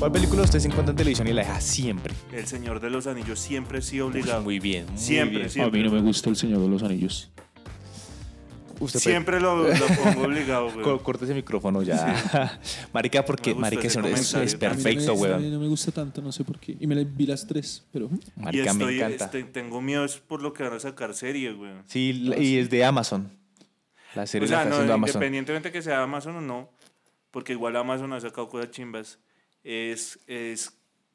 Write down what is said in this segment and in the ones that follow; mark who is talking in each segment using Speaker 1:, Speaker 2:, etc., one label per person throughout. Speaker 1: una película usted se encuentra en televisión y la deja siempre.
Speaker 2: El Señor de los Anillos siempre ha sido
Speaker 1: Uy,
Speaker 2: obligado.
Speaker 1: Muy bien. muy
Speaker 2: Siempre,
Speaker 1: bien.
Speaker 2: siempre.
Speaker 3: A mí no me gusta el Señor de los Anillos.
Speaker 1: Usted puede-
Speaker 2: Siempre lo, lo pongo obligado, güey.
Speaker 1: co- corte ese micrófono ya. Marica, porque
Speaker 2: Me gusta
Speaker 1: Marica
Speaker 2: ese
Speaker 1: eso no es,
Speaker 2: comentario.
Speaker 1: es
Speaker 2: A mí me-
Speaker 1: perfecto,
Speaker 3: güey.
Speaker 1: weón.
Speaker 3: No me gusta tanto, no sé por qué. Y me las vi las tres, pero. hmm,
Speaker 2: Y
Speaker 1: Marica, me
Speaker 2: estoy,
Speaker 1: encanta.
Speaker 2: este, tengo miedo es por lo que van a sacar serie, güey.
Speaker 1: Sí, la- y es de Amazon. La serie
Speaker 2: O sea,
Speaker 1: la está
Speaker 2: no,
Speaker 1: haciendo Amazon.
Speaker 2: independientemente que sea Amazon o no, porque igual Amazon ha sacado cosas chimbas, es, es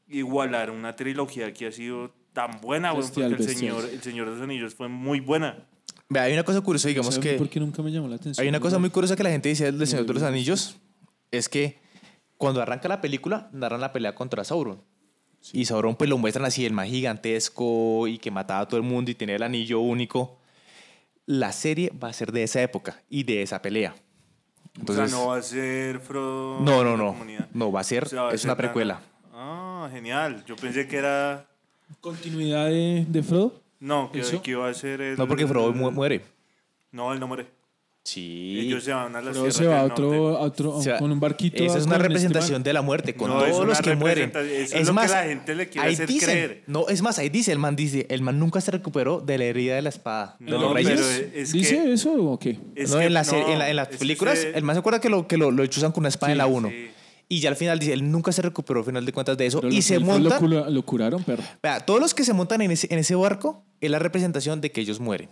Speaker 2: igualar una trilogía que ha sido tan buena, güey, porque
Speaker 3: Bestial,
Speaker 2: el
Speaker 3: bestial.
Speaker 2: señor, el señor de los Anillos fue muy buena.
Speaker 1: Vea, hay una cosa curiosa, digamos
Speaker 3: ¿saben
Speaker 1: que...
Speaker 3: por qué nunca me llamó la atención?
Speaker 1: Hay una cosa muy curiosa que la gente dice del Señor de los
Speaker 3: bien.
Speaker 1: Anillos, es que cuando arranca la película, narran la pelea contra Sauron. Y Sauron pues lo muestran así, el más gigantesco y que mataba a todo el mundo y tenía el anillo único. La serie va a ser de esa época y de esa pelea.
Speaker 2: o
Speaker 1: Entonces,
Speaker 2: sea, no va a ser Frodo.
Speaker 1: no,
Speaker 2: la
Speaker 1: no, no,
Speaker 2: comunidad.
Speaker 1: no, va a ser,
Speaker 2: O sea, va a
Speaker 1: es
Speaker 2: ser
Speaker 1: una
Speaker 2: la-
Speaker 1: precuela.
Speaker 2: Ah, genial. Yo pensé que era...
Speaker 3: ¿Continuidad de, de Frodo?
Speaker 2: No, que,
Speaker 3: ¿Eso?
Speaker 2: que iba a ser el...
Speaker 1: No, porque Frodo mu- muere.
Speaker 2: No, él no muere.
Speaker 1: Sí.
Speaker 2: Ellos se van a las
Speaker 3: Frodo
Speaker 2: tierras
Speaker 3: se va a
Speaker 2: del norte.
Speaker 3: otro, a otro
Speaker 1: O sea,
Speaker 3: con un barquito.
Speaker 1: Esa
Speaker 3: a-
Speaker 1: es una
Speaker 3: con este
Speaker 1: representación de la muerte, con
Speaker 2: No, es
Speaker 1: todos
Speaker 2: una
Speaker 1: los que mueren.
Speaker 2: representa- eso es lo que la gente le quiere
Speaker 1: ahí
Speaker 2: hacer
Speaker 1: dicen-
Speaker 2: creer.
Speaker 1: No, es más, ahí dice, el man dice, el man nunca se recuperó de la herida de la espada. de
Speaker 2: No,
Speaker 1: los reyes.
Speaker 2: pero
Speaker 1: No,
Speaker 2: es- es
Speaker 3: ¿Dice
Speaker 2: que-
Speaker 3: eso o qué?
Speaker 2: Es que
Speaker 1: en, la serie- en la- en las
Speaker 2: no, es que
Speaker 1: películas,
Speaker 2: se-
Speaker 1: el man se acuerda que lo, que lo, lo chuzan con una espada en la 1.
Speaker 2: sí. Y
Speaker 1: Y ya al final dice, él nunca se recuperó al final de cuentas de eso.
Speaker 3: Pero
Speaker 1: y
Speaker 3: lo-
Speaker 1: se
Speaker 3: el Frodo lo
Speaker 1: montan.
Speaker 3: cura- Lo curaron, perro.
Speaker 1: Vea, todos los que se montan en ese, en ese barco es la representación de que ellos mueren.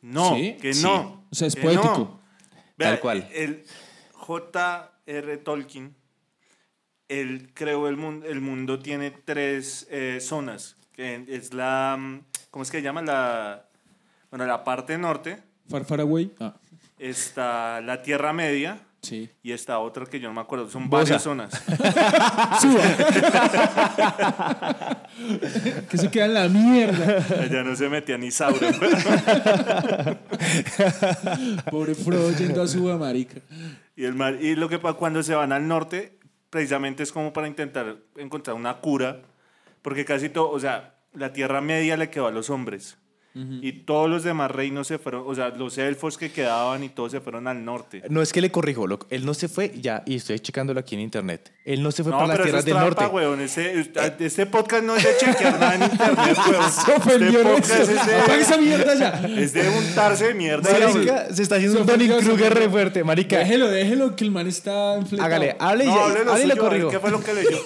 Speaker 2: No,
Speaker 3: Sí,
Speaker 2: que
Speaker 1: sí.
Speaker 2: no.
Speaker 3: O sea, es
Speaker 2: que
Speaker 3: poético.
Speaker 1: Tal cual.
Speaker 2: El J.R. Tolkien, él creó el mundo, el mundo tiene tres eh, zonas. que es la, mm, ¿cómo es que se llama? La, bueno, la parte norte,
Speaker 3: Far Far Away. Ah,
Speaker 2: está la Tierra Media
Speaker 3: sí.
Speaker 2: y está otra que yo no me acuerdo. Son
Speaker 1: Bosa.
Speaker 2: varias zonas.
Speaker 3: que se queda en la mierda.
Speaker 2: Allá no se metía ni Sauron.
Speaker 3: Pobre Frodo yendo a su marica.
Speaker 2: Y, el mar, y lo que pasa cuando se van al norte, precisamente es como para intentar encontrar una cura, porque casi todo, o sea, la Tierra Media le quedó a los hombres. Y todos los demás reinos se fueron, o sea, los elfos que quedaban y todos se fueron al norte.
Speaker 1: No es que le corrijo, lo- él no se fue, ya, y estoy checándolo aquí en internet. Él no se fue
Speaker 2: No,
Speaker 1: para las
Speaker 2: pero eso
Speaker 1: tierras
Speaker 2: es
Speaker 1: del
Speaker 2: trampa,
Speaker 1: norte.
Speaker 2: weón. Este, este podcast no es de chequear nada en internet, weón.
Speaker 3: Se
Speaker 2: Este
Speaker 3: ofendió
Speaker 2: podcast
Speaker 3: Lorenzo. Apaga
Speaker 2: es
Speaker 3: esa
Speaker 2: de,
Speaker 3: mierda ya.
Speaker 2: es de untarse de mierda. weón.
Speaker 1: Marica, se está haciendo un
Speaker 3: Se
Speaker 1: Donny
Speaker 3: ofendió, se
Speaker 1: Kruger
Speaker 3: ofendió.
Speaker 1: re fuerte, marica.
Speaker 3: Déjelo, déjelo, que el man está enfletado.
Speaker 1: Hágale, hable y,
Speaker 2: No, hable lo
Speaker 1: hable y lo
Speaker 2: suyo, a ver,
Speaker 1: corrijo.
Speaker 2: ¿Qué fue lo que leyó?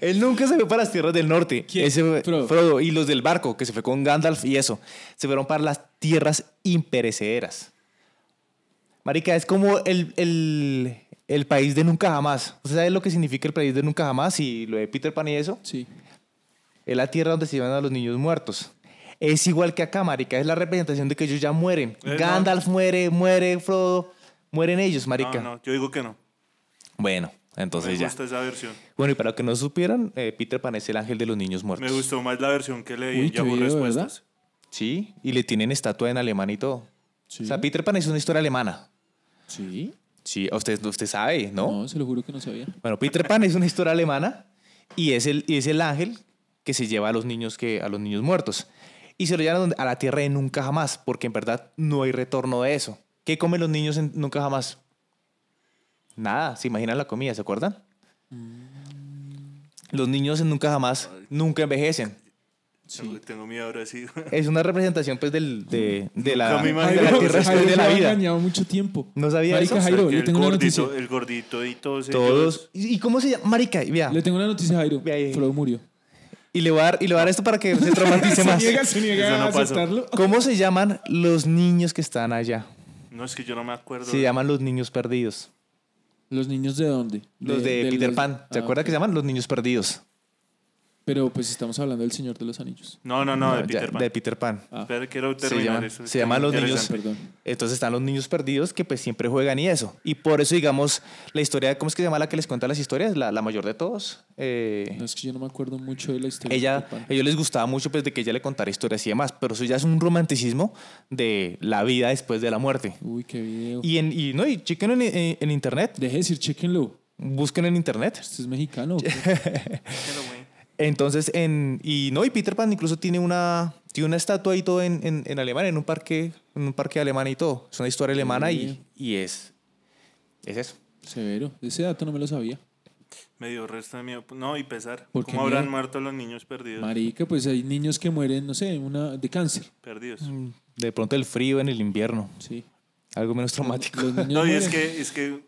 Speaker 1: Él nunca se fue para las tierras del norte.
Speaker 3: ¿Quién?
Speaker 1: Ese fue- Frodo.
Speaker 3: Frodo.
Speaker 1: y los del barco, que se fue con Gandalf y eso. Se fueron para las tierras imperecederas. Marica, es como el, el, el país de nunca jamás. ¿Usted sabe lo que significa el país de nunca jamás y lo de Peter Pan y eso?
Speaker 3: Sí.
Speaker 1: Es la tierra donde se llevan a los niños muertos. Es igual que acá, marica. Es la representación de que ellos ya mueren.
Speaker 2: Eh, no.
Speaker 1: Gandalf muere, muere Frodo. Mueren ellos, marica.
Speaker 2: No, no, yo digo que no.
Speaker 1: Bueno,
Speaker 2: No me
Speaker 1: entonces ya.
Speaker 2: gusta esa versión.
Speaker 1: Bueno, y para que no supieran, eh, Peter Pan es el ángel de los niños muertos.
Speaker 2: Me gustó más la versión que leí
Speaker 3: Uy,
Speaker 2: en
Speaker 3: qué
Speaker 2: Yahoo
Speaker 3: video,
Speaker 2: Respuestas.
Speaker 1: Sí, y le tienen estatua en alemán y todo.
Speaker 3: Sí.
Speaker 1: O sea, Peter Pan es una historia alemana.
Speaker 3: Sí.
Speaker 1: Sí, usted, usted sabe, ¿no?
Speaker 3: No, se lo juro que no sabía.
Speaker 1: Bueno, Peter Pan es una historia alemana y es el, y es el ángel que se lleva a los niños, que, a los niños muertos. Y se lo llevan a donde- a la tierra de nunca jamás, porque en verdad no hay retorno de eso. ¿Qué comen los niños en nunca jamás? Nada, se imaginan la comida, ¿se acuerdan? Los niños en nunca jamás nunca envejecen.
Speaker 2: Tengo- Tengo miedo ahora sí.
Speaker 1: Es una representación pues del, de, de la,
Speaker 2: Nunca me
Speaker 1: de la
Speaker 2: imaginé.
Speaker 1: tierra después
Speaker 3: Jairo
Speaker 1: de la
Speaker 3: lleva
Speaker 1: vida.
Speaker 3: engañado mucho tiempo.
Speaker 1: ¿No sabía
Speaker 3: Marica,
Speaker 1: eso?
Speaker 3: Jairo,
Speaker 2: Porque
Speaker 3: le
Speaker 2: el
Speaker 3: tengo una noticia.
Speaker 2: gordito, El gordito y todos. ellos-
Speaker 1: Todos. ¿Y y cómo se llama? Marica, y vea.
Speaker 3: Le tengo una noticia, Jairo.
Speaker 1: Ve ahí.
Speaker 3: Frodo murió.
Speaker 1: Y le voy a dar, y le voy a dar esto para que se traumatice más.
Speaker 3: se
Speaker 2: Eso no pasó.
Speaker 1: ¿Cómo se llaman los niños que están allá?
Speaker 2: No, es que yo no me acuerdo.
Speaker 1: Se llaman los niños perdidos.
Speaker 3: ¿Los niños de dónde?
Speaker 1: Los de, Peter
Speaker 3: los-
Speaker 1: Pan. ¿Se
Speaker 3: Ah,
Speaker 1: acuerda que se llaman los niños perdidos?
Speaker 3: Pero pues estamos hablando del Señor de los Anillos.
Speaker 2: No, no, no, Ah, de
Speaker 1: No, ya,
Speaker 2: Peter Pan.
Speaker 1: de Peter Pan.
Speaker 3: Ah.
Speaker 2: Espera, quiero
Speaker 1: Se
Speaker 2: terminar
Speaker 1: llaman-
Speaker 2: eso.
Speaker 1: se
Speaker 2: está
Speaker 1: llaman
Speaker 2: muy
Speaker 1: los niños-
Speaker 2: interesante.
Speaker 3: Perdón.
Speaker 1: Entonces están los niños perdidos que pues siempre juegan y eso. Y por eso digamos la historia, ¿cómo es que se llama la que les cuenta las historias? La, la mayor de todos. Eh,
Speaker 3: No, es que yo no me acuerdo mucho de la historia. de
Speaker 1: ella,
Speaker 3: Peter Pan.
Speaker 1: ellos les gustaba mucho pues, de que ella le contara historias y demás, pero eso ya es un romanticismo de la vida después de la muerte.
Speaker 3: Uy, qué video.
Speaker 1: Y, en, y, no, y chequen en, en- en internet,
Speaker 3: Deje de decir, chequenlo.
Speaker 1: busquen en internet.
Speaker 3: Usted es mexicano.
Speaker 2: Pero, güey,
Speaker 1: Entonces, en, y no, y Peter Pan incluso tiene una, tiene una estatua y todo en, en, en Alemania, en un parque, en un parque alemán y todo. Es una historia alemana y, y es, es eso.
Speaker 3: Severo. Ese dato no me lo sabía.
Speaker 2: Me dio resto de miedo. No, y pesar.
Speaker 3: ¿Por qué
Speaker 2: ¿Cómo habrán
Speaker 3: miedo?
Speaker 2: muerto los niños perdidos?
Speaker 3: Marica, pues hay niños que mueren, no sé, una, de cáncer.
Speaker 2: Perdidos.
Speaker 3: Mm,
Speaker 1: De pronto el frío en el invierno.
Speaker 3: Sí.
Speaker 1: Algo menos traumático.
Speaker 3: Los niños
Speaker 2: No, y es
Speaker 3: mueren.
Speaker 2: que, es que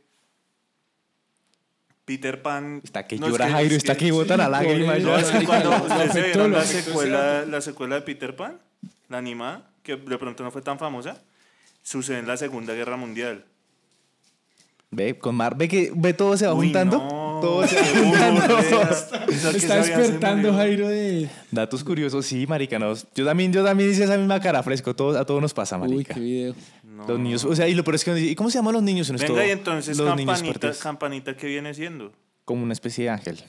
Speaker 2: Peter Pan...
Speaker 1: Está que
Speaker 2: no, es
Speaker 1: llora
Speaker 2: es
Speaker 1: Jairo, está que bota la
Speaker 3: sí,
Speaker 1: lágrima.
Speaker 3: por
Speaker 2: No, es que cuando
Speaker 3: Lo
Speaker 2: ustedes se
Speaker 3: afectó,
Speaker 2: vieron
Speaker 3: lo
Speaker 2: la
Speaker 3: afectó,
Speaker 2: secuela, la secuela de Peter Pan, la animada, que de pronto no fue tan famosa, sucede en la Segunda Guerra Mundial.
Speaker 1: Ve, con Mar, ve que ve todo se va
Speaker 2: Uy,
Speaker 1: juntando.
Speaker 2: no,
Speaker 1: Todo se va
Speaker 2: qué
Speaker 1: juntando.
Speaker 2: burlas. Esa que
Speaker 3: Está
Speaker 2: sabía hacer
Speaker 3: despertando
Speaker 2: murió.
Speaker 3: Jairo de...
Speaker 1: Datos curiosos, sí, marica. no, Yo también, yo también hice esa misma cara fresco. Todo, a todos nos pasa,
Speaker 3: Uy,
Speaker 1: marica.
Speaker 3: qué video.
Speaker 2: No.
Speaker 1: Los niños, o sea, y lo peor es que uno dice, ¿y cómo se llaman los niños en esto?
Speaker 2: Venga, y entonces
Speaker 1: los niños
Speaker 2: campanita,
Speaker 1: perdidos.
Speaker 2: campanita que viene siendo.
Speaker 1: como una especie de ángel.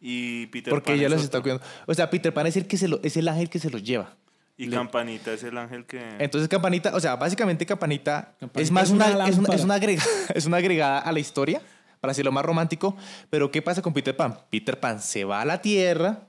Speaker 2: Y Peter
Speaker 1: Porque
Speaker 2: Pan
Speaker 1: ella
Speaker 2: es
Speaker 1: los
Speaker 2: otro.
Speaker 1: está cuidando. O sea, Peter Pan es el, que se lo, es el ángel que se los lleva.
Speaker 2: Y Campanita es el ángel que...
Speaker 1: Entonces Campanita, o sea, básicamente Campanita,
Speaker 3: Campanita
Speaker 1: es más
Speaker 3: es una
Speaker 1: una, es, una,
Speaker 3: lámpara.
Speaker 1: es una agrega- es una agregada a la historia, para hacerlo más romántico. Pero ¿qué pasa con Peter Pan? Peter Pan se va a la Tierra,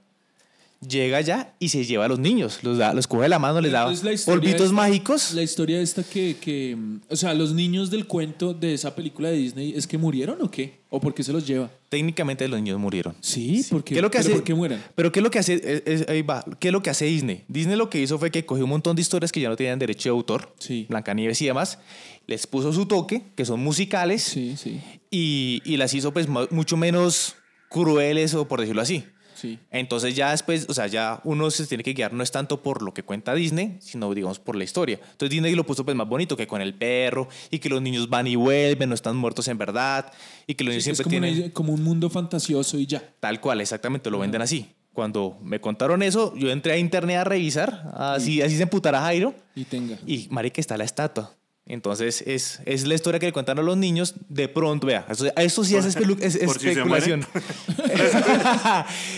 Speaker 1: llega allá y se lleva a los niños, los, da, los coge de la mano, les da
Speaker 3: Entonces, la historia
Speaker 1: polvitos
Speaker 3: esta-
Speaker 1: mágicos.
Speaker 3: La historia esta que, que... mm, O sea, los niños del cuento de esa película de Disney, ¿es que murieron o qué? ¿O por qué se los lleva?
Speaker 1: Técnicamente los niños murieron.
Speaker 3: Sí, porque...
Speaker 1: ¿Qué es lo que
Speaker 3: pero
Speaker 1: hace?
Speaker 3: ¿Por qué mueren?
Speaker 1: Pero ¿qué es lo que hace? es- es- ahí va. ¿Qué es lo que hace Disney? Disney lo que hizo fue que cogió un montón de historias que ya no tenían derecho de autor,
Speaker 3: Sí.
Speaker 1: Blancanieves y demás, les puso su toque, que son musicales,
Speaker 3: Sí, sí,
Speaker 1: y, y las hizo pues mu- mucho menos crueles o por decirlo así.
Speaker 3: sí.
Speaker 1: Entonces ya después, o sea, ya uno se tiene que guiar no es tanto por lo que cuenta Disney, sino digamos por la historia. Entonces Disney lo puso pues más bonito que con el perro y que los niños van y vuelven, no están muertos en verdad y que los niños
Speaker 3: Sí, es
Speaker 1: siempre
Speaker 3: como,
Speaker 1: tienen...
Speaker 3: una- como un mundo fantasioso y ya.
Speaker 1: Tal cual, exactamente, lo venden así. Cuando me contaron eso, yo entré a internet a revisar, así, así se emputará Jairo,
Speaker 3: Y tenga.
Speaker 1: y marica, está la estatua. Entonces, es, es la historia que le contaron a los niños, de pronto, vea, esto, esto sí es, espelu- es
Speaker 2: Por si se
Speaker 1: especulación.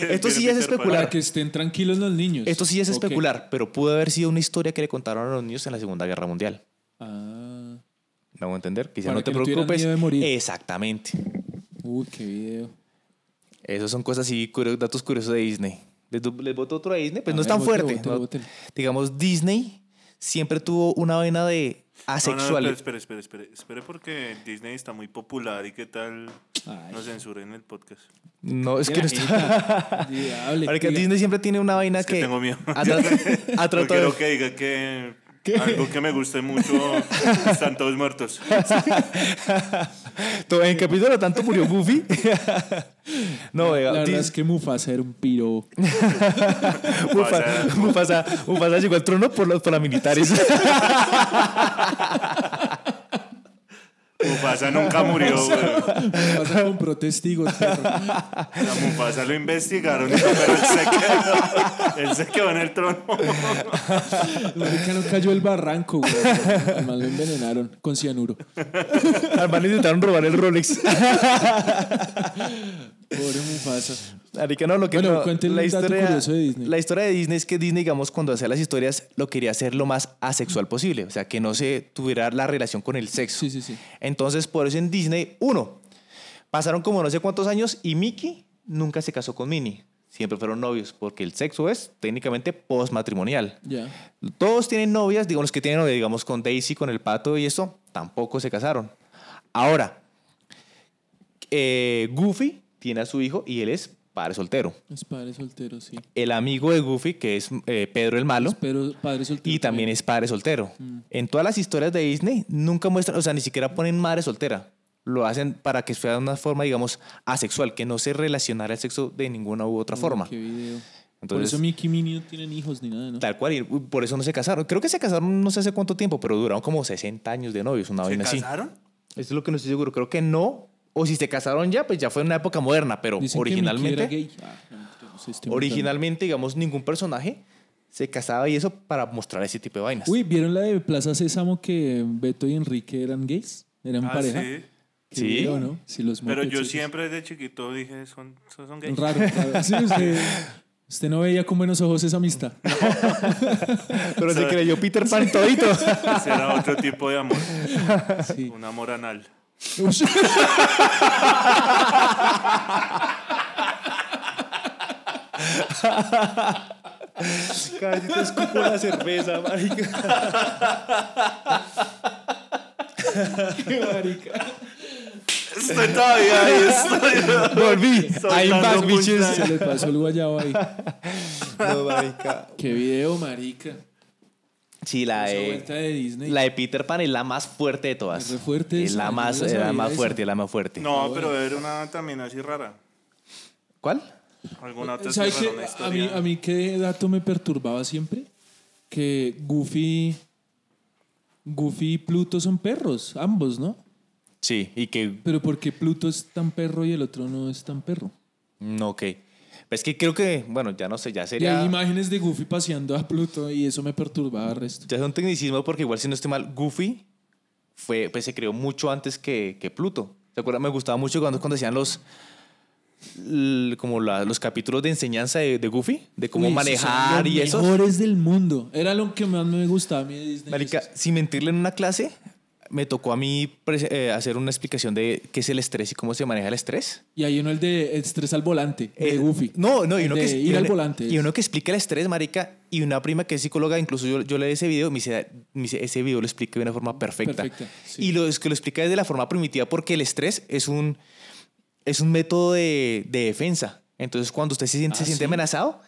Speaker 1: esto sí es
Speaker 2: Peter Pan.
Speaker 1: especular,
Speaker 3: Para que estén tranquilos los niños.
Speaker 1: esto sí es
Speaker 3: Ok.
Speaker 1: especular, pero pudo haber sido una historia que le contaron a los niños en la Segunda Guerra Mundial.
Speaker 3: Ah,
Speaker 1: Me voy a entender, quizá
Speaker 3: Para
Speaker 1: no te
Speaker 3: que no tuvieran
Speaker 1: preocupes.
Speaker 3: miedo de morir.
Speaker 1: Exactamente.
Speaker 3: uy, qué video.
Speaker 1: Esos son cosas así, curio- datos curiosos de Disney. Les, do- les boto otro a Disney, pues
Speaker 3: A
Speaker 1: no es
Speaker 3: ver,
Speaker 1: tan
Speaker 3: bótelo,
Speaker 1: fuerte.
Speaker 3: bótelo,
Speaker 1: ¿no?
Speaker 3: bótelo.
Speaker 1: Digamos, Disney siempre tuvo una vena de
Speaker 2: No, no,
Speaker 1: asexual.
Speaker 2: espere, espere, espere, espere. Espere porque Disney está muy popular y qué tal
Speaker 3: Ay.
Speaker 2: nos censuren el podcast.
Speaker 1: No, es que no está.
Speaker 3: Diable,
Speaker 1: Marica,
Speaker 3: diga.
Speaker 1: Disney siempre tiene una vaina
Speaker 2: Es que tengo miedo.
Speaker 1: ha tra- ha
Speaker 2: No
Speaker 1: tratado-
Speaker 2: quiero que diga que algo que me guste mucho están todos muertos.
Speaker 1: Todo- En el capítulo tanto murió Goofy. no,
Speaker 3: La
Speaker 1: vea,
Speaker 3: verdad
Speaker 1: Dis-
Speaker 3: es que Mufasa era un piro.
Speaker 1: Mufasa,
Speaker 2: Pasa.
Speaker 1: Mufasa, Mufasa llegó al trono por los paramilitares.
Speaker 2: Mufasa nunca murió. güey.
Speaker 3: Mufasa compró testigos, perro.
Speaker 2: A Mufasa lo investigaron, pero él se quedó. Él se quedó en el trono.
Speaker 3: Marica, no cayó el barranco, güey. Además lo envenenaron con cianuro.
Speaker 1: Al man le intentaron robar el Rolex.
Speaker 3: Pobre Mufasa.
Speaker 1: Marica, no, lo que
Speaker 3: Bueno,
Speaker 1: no,
Speaker 3: cuenten
Speaker 1: la
Speaker 3: un dato
Speaker 1: historia,
Speaker 3: curioso de Disney.
Speaker 1: La historia de Disney es que Disney, digamos, cuando hacía las historias, lo quería hacer lo más asexual posible. O sea, que no se tuviera la relación con el sexo.
Speaker 3: Sí, sí, sí.
Speaker 1: Entonces, por eso en Disney, uno, pasaron como no sé cuántos años y Mickey nunca se casó con Minnie. Siempre fueron novios, porque el sexo es técnicamente postmatrimonial.
Speaker 3: Ya.
Speaker 1: Todos tienen novias, digamos, los que tienen novia, digamos, con Daisy, con el pato y eso, tampoco se casaron. Ahora, eh, Goofy tiene a su hijo y él es padre soltero.
Speaker 3: Es padre soltero, sí.
Speaker 1: El amigo de Goofy, que es eh, Pedro el Malo,
Speaker 3: Pero padre soltero.
Speaker 1: y también es padre soltero.
Speaker 3: Mm.
Speaker 1: En todas las historias de Disney nunca muestran, o sea, ni siquiera ponen madre soltera. Lo hacen para que sea de una forma, digamos, asexual, que no se relacionara el sexo de ninguna u otra forma.
Speaker 3: Qué video. Por
Speaker 1: Entonces,
Speaker 3: eso Mickey y Minnie no tienen hijos ni nada, ¿no?
Speaker 1: tal cual, y por eso no se casaron. Creo que se casaron no sé hace cuánto tiempo, pero duraron como 60 años de novios, una
Speaker 2: ¿Se
Speaker 1: vaina así. Esto
Speaker 2: casaron?
Speaker 1: es lo que no estoy seguro. Creo que no. O si se casaron ya, pues ya fue en una época moderna, pero
Speaker 3: Dicen que Mickey
Speaker 1: originalmente.
Speaker 3: era gay. Ah, no, mentira, no sé, estoy inventando.
Speaker 1: Originalmente, digamos, ningún personaje se casaba y eso para mostrar ese tipo de vainas.
Speaker 3: Uy, ¿vieron la de Plaza Sésamo que Beto y Enrique eran gays? Eran
Speaker 2: Ah,
Speaker 3: pareja.
Speaker 2: sí.
Speaker 3: Qué
Speaker 1: Sí.
Speaker 3: video, ¿no? Sí, los
Speaker 2: Pero
Speaker 3: Muppets,
Speaker 2: yo
Speaker 3: sí, sí.
Speaker 2: siempre desde chiquito dije, son, son son gays.
Speaker 3: Raro, raro. Sí, usted, usted no veía con buenos ojos esa amistad.
Speaker 1: Pero se creyó Peter Pan todito.
Speaker 2: Ese era otro tipo de amor.
Speaker 3: Sí.
Speaker 2: Un amor anal.
Speaker 3: Ush.
Speaker 1: Casi te escupo la cerveza, marica.
Speaker 3: Qué marica.
Speaker 2: Estoy todavía ahí, estoy-
Speaker 1: Volví. I'm
Speaker 2: Soltando
Speaker 1: back,
Speaker 3: Se
Speaker 1: bitches.
Speaker 3: le pasó el guayabo ahí.
Speaker 1: No, marica.
Speaker 3: Qué video, marica.
Speaker 1: Sí, la
Speaker 3: Esa
Speaker 1: de,
Speaker 3: vuelta de Disney.
Speaker 1: la de Peter Pan es la más fuerte de todas.
Speaker 3: Es re fuerte
Speaker 1: Es
Speaker 3: esa,
Speaker 1: la
Speaker 3: yo no
Speaker 1: más,
Speaker 3: la
Speaker 1: es la
Speaker 3: sabía
Speaker 1: más
Speaker 3: esa.
Speaker 1: fuerte, es la más fuerte.
Speaker 2: No, pero era una también así rara.
Speaker 1: ¿Cuál?
Speaker 2: Alguna otra así
Speaker 3: ¿Sabes
Speaker 2: rara,
Speaker 3: qué?
Speaker 2: una
Speaker 3: A mí,
Speaker 2: historia.
Speaker 3: a mí qué dato me perturbaba siempre? Que Goofy. Goofy y Pluto son perros, ambos, ¿no?
Speaker 1: Sí, y que
Speaker 3: Pero ¿por qué Pluto es tan perro y el otro no es tan perro?
Speaker 1: No, ok. Es que creo que, bueno, ya no sé, ya
Speaker 3: Y hay
Speaker 1: sería.
Speaker 3: imágenes de Goofy paseando a Pluto y eso me perturbaba el resto.
Speaker 1: Ya es un tecnicismo porque igual si no estoy mal, Goofy fue, pues se creó mucho antes que, que Pluto. ¿Se acuerdan? Me gustaba mucho cuando, cuando decían los l- como la- los capítulos de enseñanza de, de Goofy, de cómo
Speaker 3: Uy, esos son
Speaker 1: manejar
Speaker 3: los
Speaker 1: y eso.
Speaker 3: mejores del mundo. Era lo que más me gustaba a mí de Disney.
Speaker 1: Marica, sin mentirle en una clase, me tocó a mí pre- eh, hacer una explicación de qué es el estrés y cómo se maneja el estrés.
Speaker 3: Y hay uno el de estrés al volante, de
Speaker 1: Eh,
Speaker 3: Goofy.
Speaker 1: No, no, y
Speaker 3: El
Speaker 1: uno
Speaker 3: de
Speaker 1: que
Speaker 3: ir
Speaker 1: y
Speaker 3: al
Speaker 1: uno-
Speaker 3: volante.
Speaker 1: Y uno que explica el estrés, marica, y una prima que es psicóloga, incluso yo, yo leí ese video, y me dice, me dice, ese video lo explica de una forma perfecta.
Speaker 3: Perfecta, sí.
Speaker 1: Y lo es que lo explica desde la forma primitiva porque el estrés es un es un método de, de defensa. Entonces, cuando usted se siente, se
Speaker 3: Ah,
Speaker 1: siente
Speaker 3: sí.
Speaker 1: amenazado,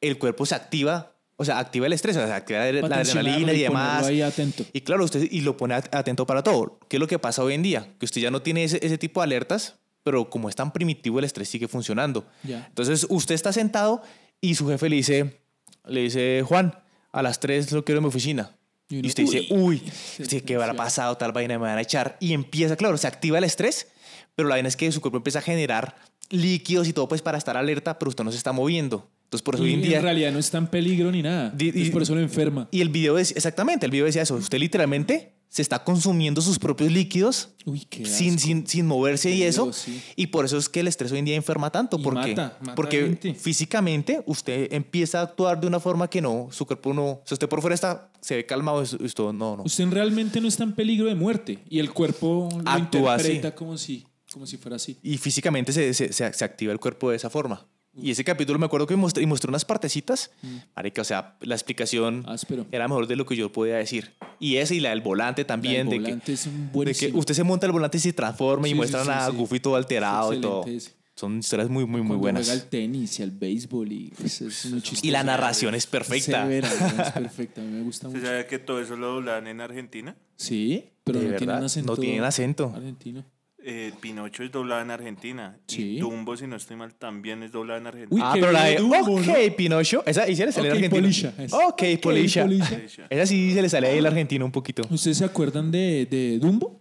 Speaker 1: el cuerpo se activa, o sea, activa el estrés, o sea, activa la,
Speaker 3: Para
Speaker 1: la
Speaker 3: tensionarlo
Speaker 1: adrenalina y,
Speaker 3: y ponerlo
Speaker 1: demás.
Speaker 3: ahí atento.
Speaker 1: Y claro, usted y lo pone at- atento para todo. ¿Qué es lo que pasa hoy en día? Que usted ya no tiene ese, ese tipo de alertas, pero como es tan primitivo, el estrés sigue funcionando.
Speaker 3: Ya.
Speaker 1: Entonces, usted está sentado y su jefe le dice, le dice, Juan, a las 3 lo quiero en mi oficina.
Speaker 3: Y
Speaker 1: Y,
Speaker 3: uno,
Speaker 1: usted dice, uy, usted, ¿qué habrá
Speaker 3: sí.
Speaker 1: pasado? Tal vaina me van a echar. Y empieza, claro, se activa el estrés, pero la vaina es que su cuerpo empieza a generar líquidos y todo pues para estar alerta, pero usted no se está moviendo. Entonces, por eso
Speaker 3: Y
Speaker 1: hoy en
Speaker 3: en
Speaker 1: día...
Speaker 3: realidad no está en peligro ni nada.
Speaker 1: Di-
Speaker 3: es
Speaker 1: y-
Speaker 3: por eso lo enferma.
Speaker 1: Y el video es exactamente, el video decía eso. Usted literalmente se está consumiendo sus propios líquidos
Speaker 3: Uy, qué
Speaker 1: sin,
Speaker 3: asco.
Speaker 1: sin, sin moverse y
Speaker 3: Qué
Speaker 1: eso.
Speaker 3: miedo, sí.
Speaker 1: Y por eso es que el estrés hoy en día enferma tanto.
Speaker 3: Y
Speaker 1: porque
Speaker 3: mata, mata
Speaker 1: porque
Speaker 3: gente.
Speaker 1: físicamente usted empieza a actuar de una forma que no, su cuerpo no. O sea, usted por fuera está, se ve calmado, es- usted no, no.
Speaker 3: Usted realmente no está en peligro de muerte y el cuerpo lo
Speaker 1: Actúa así.
Speaker 3: interpreta como si, como si fuera así.
Speaker 1: Y físicamente se, se, se- se activa el cuerpo de esa forma. Y ese capítulo me acuerdo que mostré, y mostré unas partecitas.
Speaker 3: Mm.
Speaker 1: Marica, o sea, la explicación
Speaker 3: Áspero.
Speaker 1: era mejor de lo que yo podía decir. Y esa y la del volante también.
Speaker 3: El
Speaker 1: de que-
Speaker 3: volante es un buen
Speaker 1: De que usted se monta al volante y se transforma
Speaker 3: Sí,
Speaker 1: y
Speaker 3: sí,
Speaker 1: muestran
Speaker 3: sí,
Speaker 1: a
Speaker 3: sí.
Speaker 1: Goofy todo alterado y
Speaker 3: Excelente
Speaker 1: todo.
Speaker 3: ese.
Speaker 1: Son historias muy, muy, muy buenas.
Speaker 3: Juega al tenis y al béisbol y pues, es muy chistoso.
Speaker 1: Y la narración es perfecta.
Speaker 3: Severa, ¿no? es perfecta, a mí me gusta
Speaker 2: ¿Se
Speaker 3: mucho.
Speaker 2: sabía que todo eso lo doblan en Argentina?
Speaker 3: Sí, pero
Speaker 1: De
Speaker 3: no tienen
Speaker 1: verdad,
Speaker 3: acento.
Speaker 1: no tienen acento.
Speaker 3: Argentino.
Speaker 2: Eh, Pinocho es doblada en Argentina.
Speaker 3: Sí.
Speaker 2: Y Dumbo, si no estoy mal, también es doblada en Argentina.
Speaker 3: Uy,
Speaker 1: Ah,
Speaker 3: que
Speaker 1: pero la de
Speaker 3: viene Dumbo,
Speaker 1: OK, Pinocho. Esa y se le sale
Speaker 3: Ok,
Speaker 1: el argentino.
Speaker 3: Polisha, esa.
Speaker 1: OK,
Speaker 3: Ok,
Speaker 1: Polisha.
Speaker 3: Polisha.
Speaker 1: Esa sí se le sale ahí el argentino un poquito.
Speaker 3: ¿Ustedes se acuerdan de, de Dumbo?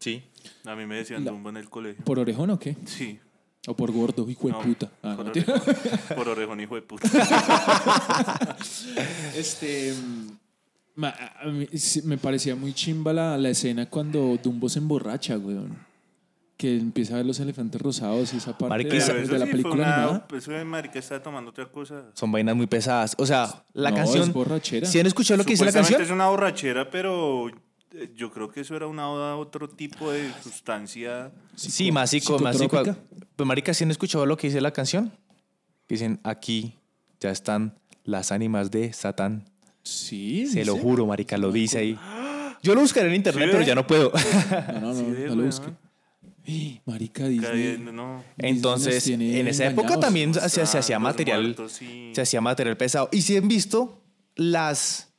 Speaker 1: Sí.
Speaker 2: A mí me decían Dumbo en el colegio.
Speaker 3: ¿Por orejón o qué?
Speaker 2: Sí.
Speaker 3: ¿O por gordo, hijo de
Speaker 2: no,
Speaker 3: puta? Ah,
Speaker 2: por,
Speaker 3: no, mentira.
Speaker 2: orejón, por orejón, hijo de puta.
Speaker 3: Este. mm, ma- a- a mí sí, me parecía muy chimba la, la escena cuando Dumbo se emborracha, weón. Que empieza a ver los elefantes rosados y esa parte
Speaker 1: Marica,
Speaker 3: de,
Speaker 2: Pero
Speaker 3: la-
Speaker 2: eso sí
Speaker 3: de la
Speaker 2: fue
Speaker 3: película
Speaker 2: una...
Speaker 3: animada.
Speaker 2: pues, Eso de marica estaba tomando otra cosa.
Speaker 1: Son vainas muy pesadas. O sea, la
Speaker 3: No,
Speaker 1: canción.
Speaker 3: es borrachera.
Speaker 1: ¿Sí han escuchado lo que dice la
Speaker 2: Supuestamente
Speaker 1: canción?
Speaker 2: es una borrachera, pero eh, yo creo que eso era una oda a otro tipo de sustancia.
Speaker 1: Sí, más psico, más psico.
Speaker 3: psicotrópica.
Speaker 1: Pero, pues, marica, ¿sí han escuchado lo que dice la canción? Dicen, aquí ya están las ánimas de Satán.
Speaker 3: Sí,
Speaker 1: Se lo
Speaker 3: dice.
Speaker 1: juro, marica, lo dice ahí. Yo lo buscaré en internet, pero
Speaker 2: ¿eh?
Speaker 1: ya no puedo.
Speaker 3: No, no, no,
Speaker 2: Sí,
Speaker 3: no lo
Speaker 2: weón.
Speaker 3: busque. Ih, Marica Disney.
Speaker 2: Cayendo, no.
Speaker 1: Entonces,
Speaker 3: Disney nos tiene
Speaker 1: en esa época
Speaker 3: engañados.
Speaker 1: también se, se- se hacía
Speaker 2: Ah, Los
Speaker 1: material,
Speaker 2: muertos y-
Speaker 1: se hacía material pesado. Y si han visto las,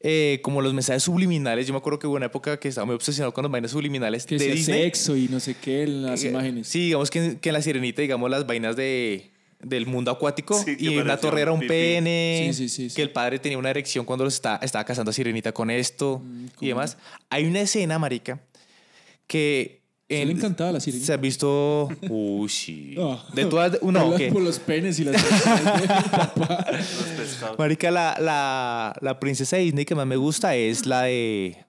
Speaker 1: eh, como los mensajes subliminales, yo me acuerdo que hubo una época que estaba muy obsesionado con los vainas subliminales
Speaker 3: Que
Speaker 1: de
Speaker 3: sea
Speaker 1: Disney.
Speaker 3: sexo y no sé qué en las
Speaker 1: Eh,
Speaker 3: imágenes.
Speaker 1: Sí, digamos que en, que en la sirenita, digamos las vainas de del mundo acuático
Speaker 2: Sí, que
Speaker 1: y en la
Speaker 2: parecía
Speaker 1: torre era un
Speaker 2: un pipí.
Speaker 1: pene,
Speaker 3: Sí, sí, sí, sí.
Speaker 1: que el padre tenía una erección cuando los está, estaba casando a sirenita con esto
Speaker 3: Mm, cómo
Speaker 1: y demás. Hay una escena, marica, que...
Speaker 3: Se le encantaba la sirenita.
Speaker 1: Se ha visto... Uy, sí.
Speaker 3: Ah.
Speaker 1: De todas... No,
Speaker 3: Por la-
Speaker 1: que-
Speaker 3: Por los penes y las.
Speaker 2: Los pescados.
Speaker 1: Marica, la, la, la princesa Disney que más me gusta es la de...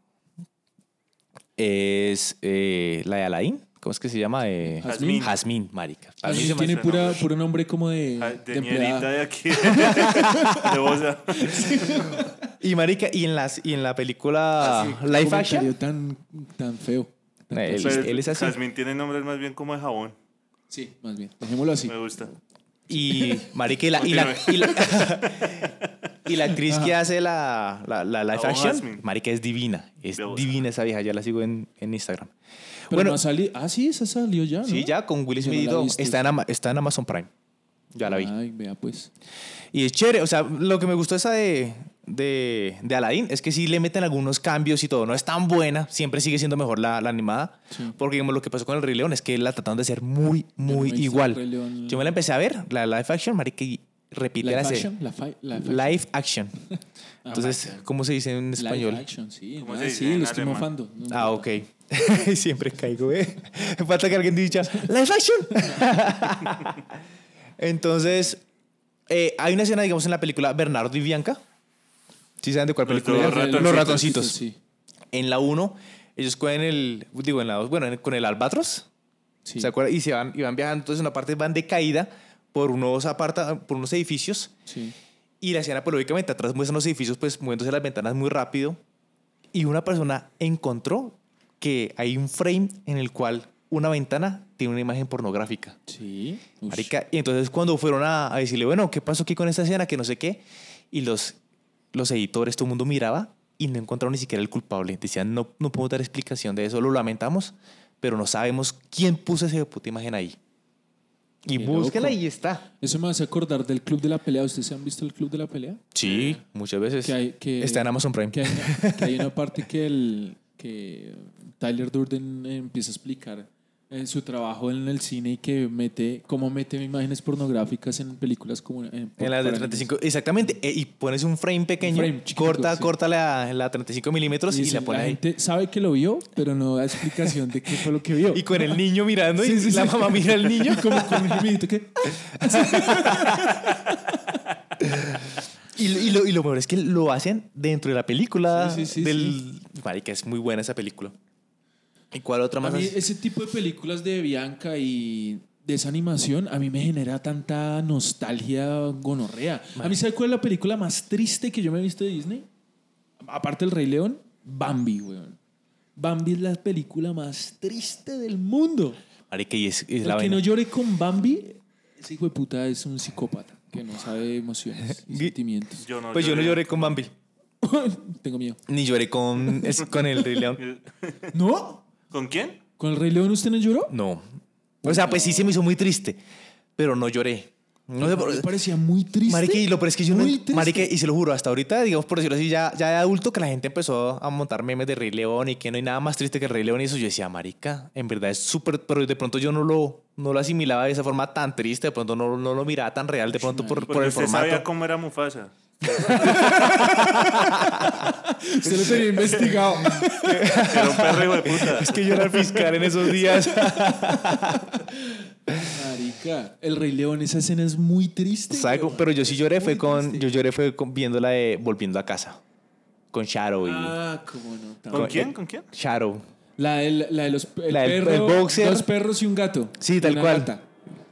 Speaker 1: Es eh, la de Aladdin. ¿Cómo es que se llama? Eh,
Speaker 2: Jazmín.
Speaker 1: Jazmín, marica. Para mí
Speaker 3: Así
Speaker 1: se me-
Speaker 3: tiene
Speaker 2: hace
Speaker 3: pura,
Speaker 2: nombre.
Speaker 3: puro nombre como de.
Speaker 2: Ah,
Speaker 3: de
Speaker 2: De
Speaker 3: empleada.
Speaker 2: ñerita de aquí. de bolsa.
Speaker 1: Y marica, y en, las, y en la
Speaker 2: Ah,
Speaker 1: película
Speaker 3: Qué
Speaker 1: Live
Speaker 3: comentario
Speaker 1: Action...
Speaker 3: tan, tan feo. Tan
Speaker 1: Eh,
Speaker 3: tóxico.
Speaker 1: Él- él es así.
Speaker 2: Jazmín tiene nombres más bien como de jabón.
Speaker 3: Sí, más bien. Dejémoslo así.
Speaker 2: Me gusta.
Speaker 1: Y marica, y la, y la, y la- y la actriz que hace la, la, la Live
Speaker 2: La voz
Speaker 1: Action,
Speaker 2: Jazmín.
Speaker 1: marica, es divina. Es
Speaker 2: Veo. Ah,
Speaker 1: divina esa vieja. Ya la sigo en, en Instagram.
Speaker 3: Pero
Speaker 1: Bueno.
Speaker 3: no ha salido. Ah, sí, esa salió ya. ¿no?
Speaker 1: Sí, ya con Will
Speaker 3: Yo no la
Speaker 1: Smith y
Speaker 3: he
Speaker 1: todo.
Speaker 3: visto.
Speaker 1: Está en, Ama- está en Amazon Prime. Ya la vi.
Speaker 3: Ay, vea, pues.
Speaker 1: Y es chévere, o sea, lo que me gustó esa de, de, de Aladdin es que sí le meten algunos cambios y todo. No es tan buena, siempre sigue siendo mejor la, la animada.
Speaker 3: Sí.
Speaker 1: Porque digamos, lo que pasó con el Rey León es que la trataron de ser muy, muy
Speaker 3: no he visto
Speaker 1: igual.
Speaker 3: el Rey León.
Speaker 1: Yo me la empecé a ver, la live action, marica, y repite
Speaker 3: Live
Speaker 1: la serie.
Speaker 3: action, la fi- la fi-
Speaker 1: Live action. Entonces, ¿cómo se dice en
Speaker 3: live
Speaker 1: español?
Speaker 3: action, sí.
Speaker 2: ¿Cómo
Speaker 3: Ah,
Speaker 2: se dice
Speaker 3: sí,
Speaker 2: en
Speaker 3: lo estoy
Speaker 2: alemán?
Speaker 3: mofando. No
Speaker 1: Ah,
Speaker 3: importa.
Speaker 1: ok. Siempre caigo, ¿eh? Falta que alguien diga, ¡Live action! Entonces, eh, hay una escena, digamos, en la película Bernardo y Bianca. ¿Sí saben de cuál
Speaker 2: Los
Speaker 1: película?
Speaker 2: dos
Speaker 1: es?
Speaker 2: ratoncitos.
Speaker 1: Los ratoncitos.
Speaker 3: Sí,
Speaker 1: En la 1, ellos con el, digo, en la 2, bueno, en- con el albatros,
Speaker 3: sí.
Speaker 1: ¿se acuerdan? Y se van, y van viajando, entonces en una parte van de caída por unos, aparta, por unos edificios.
Speaker 3: sí.
Speaker 1: Y la escena, pues lógicamente, atrás muestran los edificios, pues moviéndose las ventanas muy rápido. Y una persona encontró que hay un frame en el cual una ventana tiene una imagen pornográfica.
Speaker 3: Sí. Ush.
Speaker 1: Marica, y entonces cuando fueron a, a decirle, bueno, ¿qué pasó aquí con esta escena? Que no sé qué. Y los, los editores, todo el mundo miraba y no encontraron ni siquiera el culpable. Decían, no, no podemos dar explicación de eso, lo lamentamos, pero no sabemos quién puso esa puta imagen ahí. Y
Speaker 3: Qué
Speaker 1: búsquenla
Speaker 3: loco.
Speaker 1: y está.
Speaker 3: Eso me hace acordar del Club de la Pelea. ¿Ustedes han visto el Club de la Pelea?
Speaker 1: Sí, muchas veces.
Speaker 3: Que hay- que-
Speaker 1: Pues, está en Amazon Prime.
Speaker 3: Que hay una, que hay una parte que, el, que Tyler Durden empieza a explicar en su trabajo en el cine y que mete, cómo mete imágenes pornográficas en películas como... eh, En,
Speaker 1: En la de
Speaker 3: para
Speaker 1: 35, exactamente. e- Y pones un frame pequeño,
Speaker 3: frame chiquito,
Speaker 1: corta,
Speaker 3: sí.
Speaker 1: corta la, la 35 milímetros
Speaker 3: niños. Y
Speaker 1: y,
Speaker 3: dicen,
Speaker 1: la pones
Speaker 3: la
Speaker 1: ahí.
Speaker 3: gente sabe que lo vio, pero no da explicación de qué fue lo que vio.
Speaker 1: Y con el niño mirando y
Speaker 3: Sí, sí,
Speaker 1: la
Speaker 3: sí.
Speaker 1: mamá mira al niño.
Speaker 3: como con un gemidito que...
Speaker 1: Y, lo- y lo, y lo mejor es que lo hacen dentro de la película.
Speaker 3: Sí, sí, sí,
Speaker 1: del... Marica, es muy buena esa película. ¿Y cuál otra
Speaker 3: A
Speaker 1: más?
Speaker 3: mí
Speaker 1: has-
Speaker 3: ese tipo de películas de Bianca y de esa animación a mí me genera tanta nostalgia gonorrea. A mí ¿sabe cuál es la película más triste que yo me he visto de Disney? Aparte del Rey León, Bambi, weón. Bambi es la película más triste del mundo.
Speaker 1: Marica, y es, es
Speaker 3: El
Speaker 1: la
Speaker 3: que
Speaker 1: vaina.
Speaker 3: no llore con Bambi, ese hijo de puta es un psicópata que no sabe emociones y
Speaker 1: Gui-
Speaker 3: sentimientos.
Speaker 2: Yo no
Speaker 1: pues yo no lloré con Bambi.
Speaker 3: Tengo miedo.
Speaker 1: Ni lloré con, es- con el Rey León.
Speaker 3: ¿No?
Speaker 2: eh, ¿Con quién?
Speaker 3: ¿Con el Rey León usted no lloró?
Speaker 1: No. O sea, pues sí se me hizo muy triste, pero no lloré. No sé por
Speaker 3: Me parecía muy triste.
Speaker 1: Marica, y lo pero es que yo no.
Speaker 3: Muy triste.
Speaker 1: Marica, y se lo juro, hasta ahorita, digamos, por decirlo así, ya, ya de adulto, que la gente empezó a montar memes de Rey León y que no hay nada más triste que el Rey León y eso. Yo decía, Marica, en verdad es súper. Pero de pronto yo no lo, no lo asimilaba de esa forma tan triste, de pronto no, no lo miraba tan real, de pronto por,
Speaker 2: Porque
Speaker 1: por el
Speaker 2: usted
Speaker 1: formato.
Speaker 2: sabía cómo era Mufasa.
Speaker 3: Se lo tenía investigado.
Speaker 2: Era un perro hijo de puta.
Speaker 1: Es que yo era el fiscal en esos días.
Speaker 3: Marica, el Rey León, esa escena es muy triste.
Speaker 1: ¿Sabe cómo?
Speaker 3: weón.
Speaker 1: Pero yo sí lloré,
Speaker 3: Muy
Speaker 1: fue con.
Speaker 3: triste.
Speaker 1: Yo lloré, fue con, viendo la de Volviendo a casa. Con Shadow y.
Speaker 3: Ah, cómo no. tan-
Speaker 2: ¿Con quién? ¿Con quién?
Speaker 1: Shadow.
Speaker 3: La del- la de los el
Speaker 1: La del-
Speaker 3: perro,
Speaker 1: el boxer.
Speaker 3: dos perros y un gato.
Speaker 1: Sí,
Speaker 3: Y
Speaker 1: tal
Speaker 3: una
Speaker 1: cual.
Speaker 3: gata.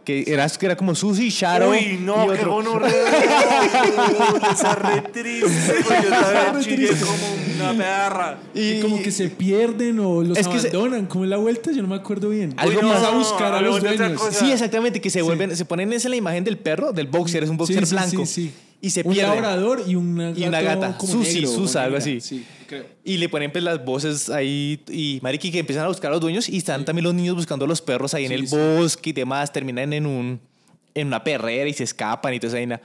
Speaker 1: Que era, que era como Susi, Shadow.
Speaker 2: Uy,
Speaker 1: y
Speaker 2: no, qué
Speaker 1: otro.
Speaker 2: gonorrea. Uy, Esa re triste. güey. Yo
Speaker 3: Esa
Speaker 2: la
Speaker 3: re
Speaker 2: vez chillé como una perra.
Speaker 3: Y, como que se pierden o los
Speaker 1: Es que se-
Speaker 3: abandonan. ¿Cómo es la vuelta? Yo no me acuerdo bien.
Speaker 1: Algo
Speaker 3: Uy, no,
Speaker 1: más-
Speaker 3: a buscar a los
Speaker 2: hablemos de otra
Speaker 3: dueños.
Speaker 2: cosa.
Speaker 1: Sí, exactamente, que se vuelven, se ponen esa la imagen del perro, del boxer, es un boxer
Speaker 3: Sí, sí,
Speaker 1: blanco.
Speaker 3: sí, sí.
Speaker 1: Y se
Speaker 3: un
Speaker 1: pierden.
Speaker 3: labrador y una
Speaker 1: Y una
Speaker 3: gato
Speaker 1: gata.
Speaker 3: como
Speaker 1: Susi,
Speaker 3: negro,
Speaker 1: Susa,
Speaker 3: una
Speaker 1: algo
Speaker 3: negra.
Speaker 1: así.
Speaker 3: Sí, creo.
Speaker 1: Y le ponen pues las voces ahí y mariqui que empiezan a buscar a los dueños y están también los niños buscando a los perros ahí en
Speaker 3: Sí,
Speaker 1: el
Speaker 3: sí.
Speaker 1: bosque y demás, terminan en un en una perrera y se escapan y toda esa vaina.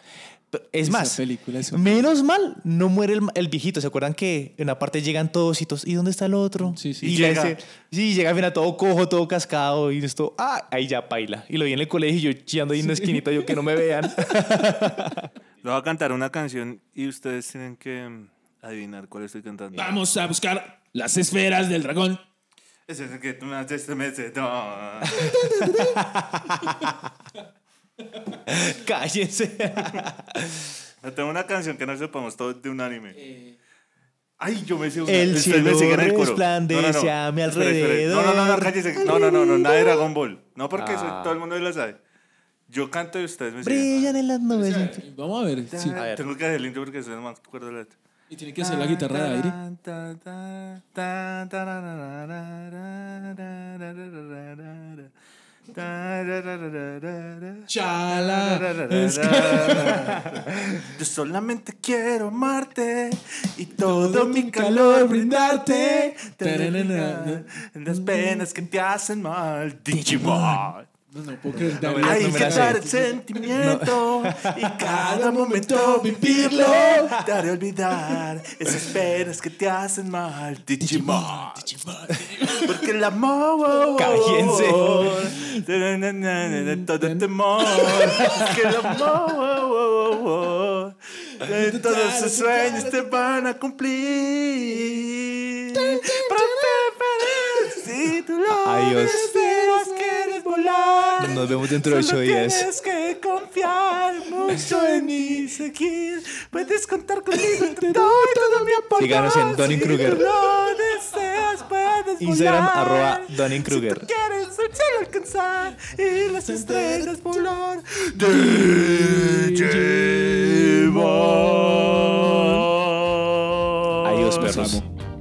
Speaker 1: Pero Es
Speaker 3: Esa
Speaker 1: más,
Speaker 3: película es un-
Speaker 1: menos mal no muere el, el viejito. ¿Se acuerdan que en una parte llegan todos y todos? ¿Y dónde está el otro?
Speaker 3: Sí, sí.
Speaker 1: Y,
Speaker 2: Y
Speaker 1: llega.
Speaker 2: llega.
Speaker 1: sí, llega al final todo cojo, todo cascado y esto. Ah, ahí ya baila. Y lo vi en el colegio y yo chillando ahí en una esquinita, yo que no me vean.
Speaker 2: Le voy a cantar una canción y ustedes tienen que mm, adivinar cuál estoy cantando.
Speaker 3: Vamos a buscar las esferas del dragón.
Speaker 2: Ese es el que tú me haces este mes. No.
Speaker 1: Cállense.
Speaker 2: Yo Tengo una canción que no sepamos todos de un anime. Ay, yo me sé una.
Speaker 1: El
Speaker 2: Ustedes
Speaker 1: cielo
Speaker 2: me siguen en el coro.
Speaker 1: resplandece
Speaker 2: No, no, no.
Speaker 1: a mi
Speaker 2: Espere, espere. No, no, no, no,
Speaker 1: alrededor.
Speaker 2: cállese. No, no, no, no, nada de Dragon Ball. No porque eso
Speaker 1: Ah.
Speaker 2: todo el mundo la sabe. Yo canto y ustedes me siguen.
Speaker 1: Brillan en las nubes.
Speaker 3: Vamos a ver. sí.
Speaker 2: Ah, Tengo que hacer el intro porque ustedes no me acuerdo la letra.
Speaker 3: Y tiene que hacer la guitarra de aire. Chala. Es que-
Speaker 2: Yo solamente quiero amarte y todo, mi calor brindarte.
Speaker 3: Tararana.
Speaker 2: Las penas que te hacen mal, Digimon.
Speaker 3: No, no puedo creer.
Speaker 1: No,
Speaker 3: David,
Speaker 1: no
Speaker 2: Hay
Speaker 1: me
Speaker 2: que
Speaker 1: la sé.
Speaker 2: dar el sentimiento y cada momento vivirlo. Daré a olvidar esas penas que te hacen mal, Digimon. Porque el amor.
Speaker 1: Cállense.
Speaker 2: De todo temor. Que el amor. De todos sus sueños te van a cumplir. Pronto verás Si tú lo
Speaker 1: Adiós.
Speaker 2: deseas, quieres volar.
Speaker 1: Nos vemos dentro de
Speaker 2: Solo
Speaker 1: ocho días.
Speaker 2: Tienes que confiar mucho en mí. Seguir. Puedes contar conmigo. Te doy todo mi apoyo.
Speaker 1: Síganos en Donning Kruger.
Speaker 2: Si tú lo deseas, puedes
Speaker 1: Instagram
Speaker 2: volar.
Speaker 1: arroba Donning Kruger.
Speaker 2: Si tú quieres el cielo alcanzar y las estrellas volar.
Speaker 3: Digimon.
Speaker 1: Adiós, perros.
Speaker 3: amo.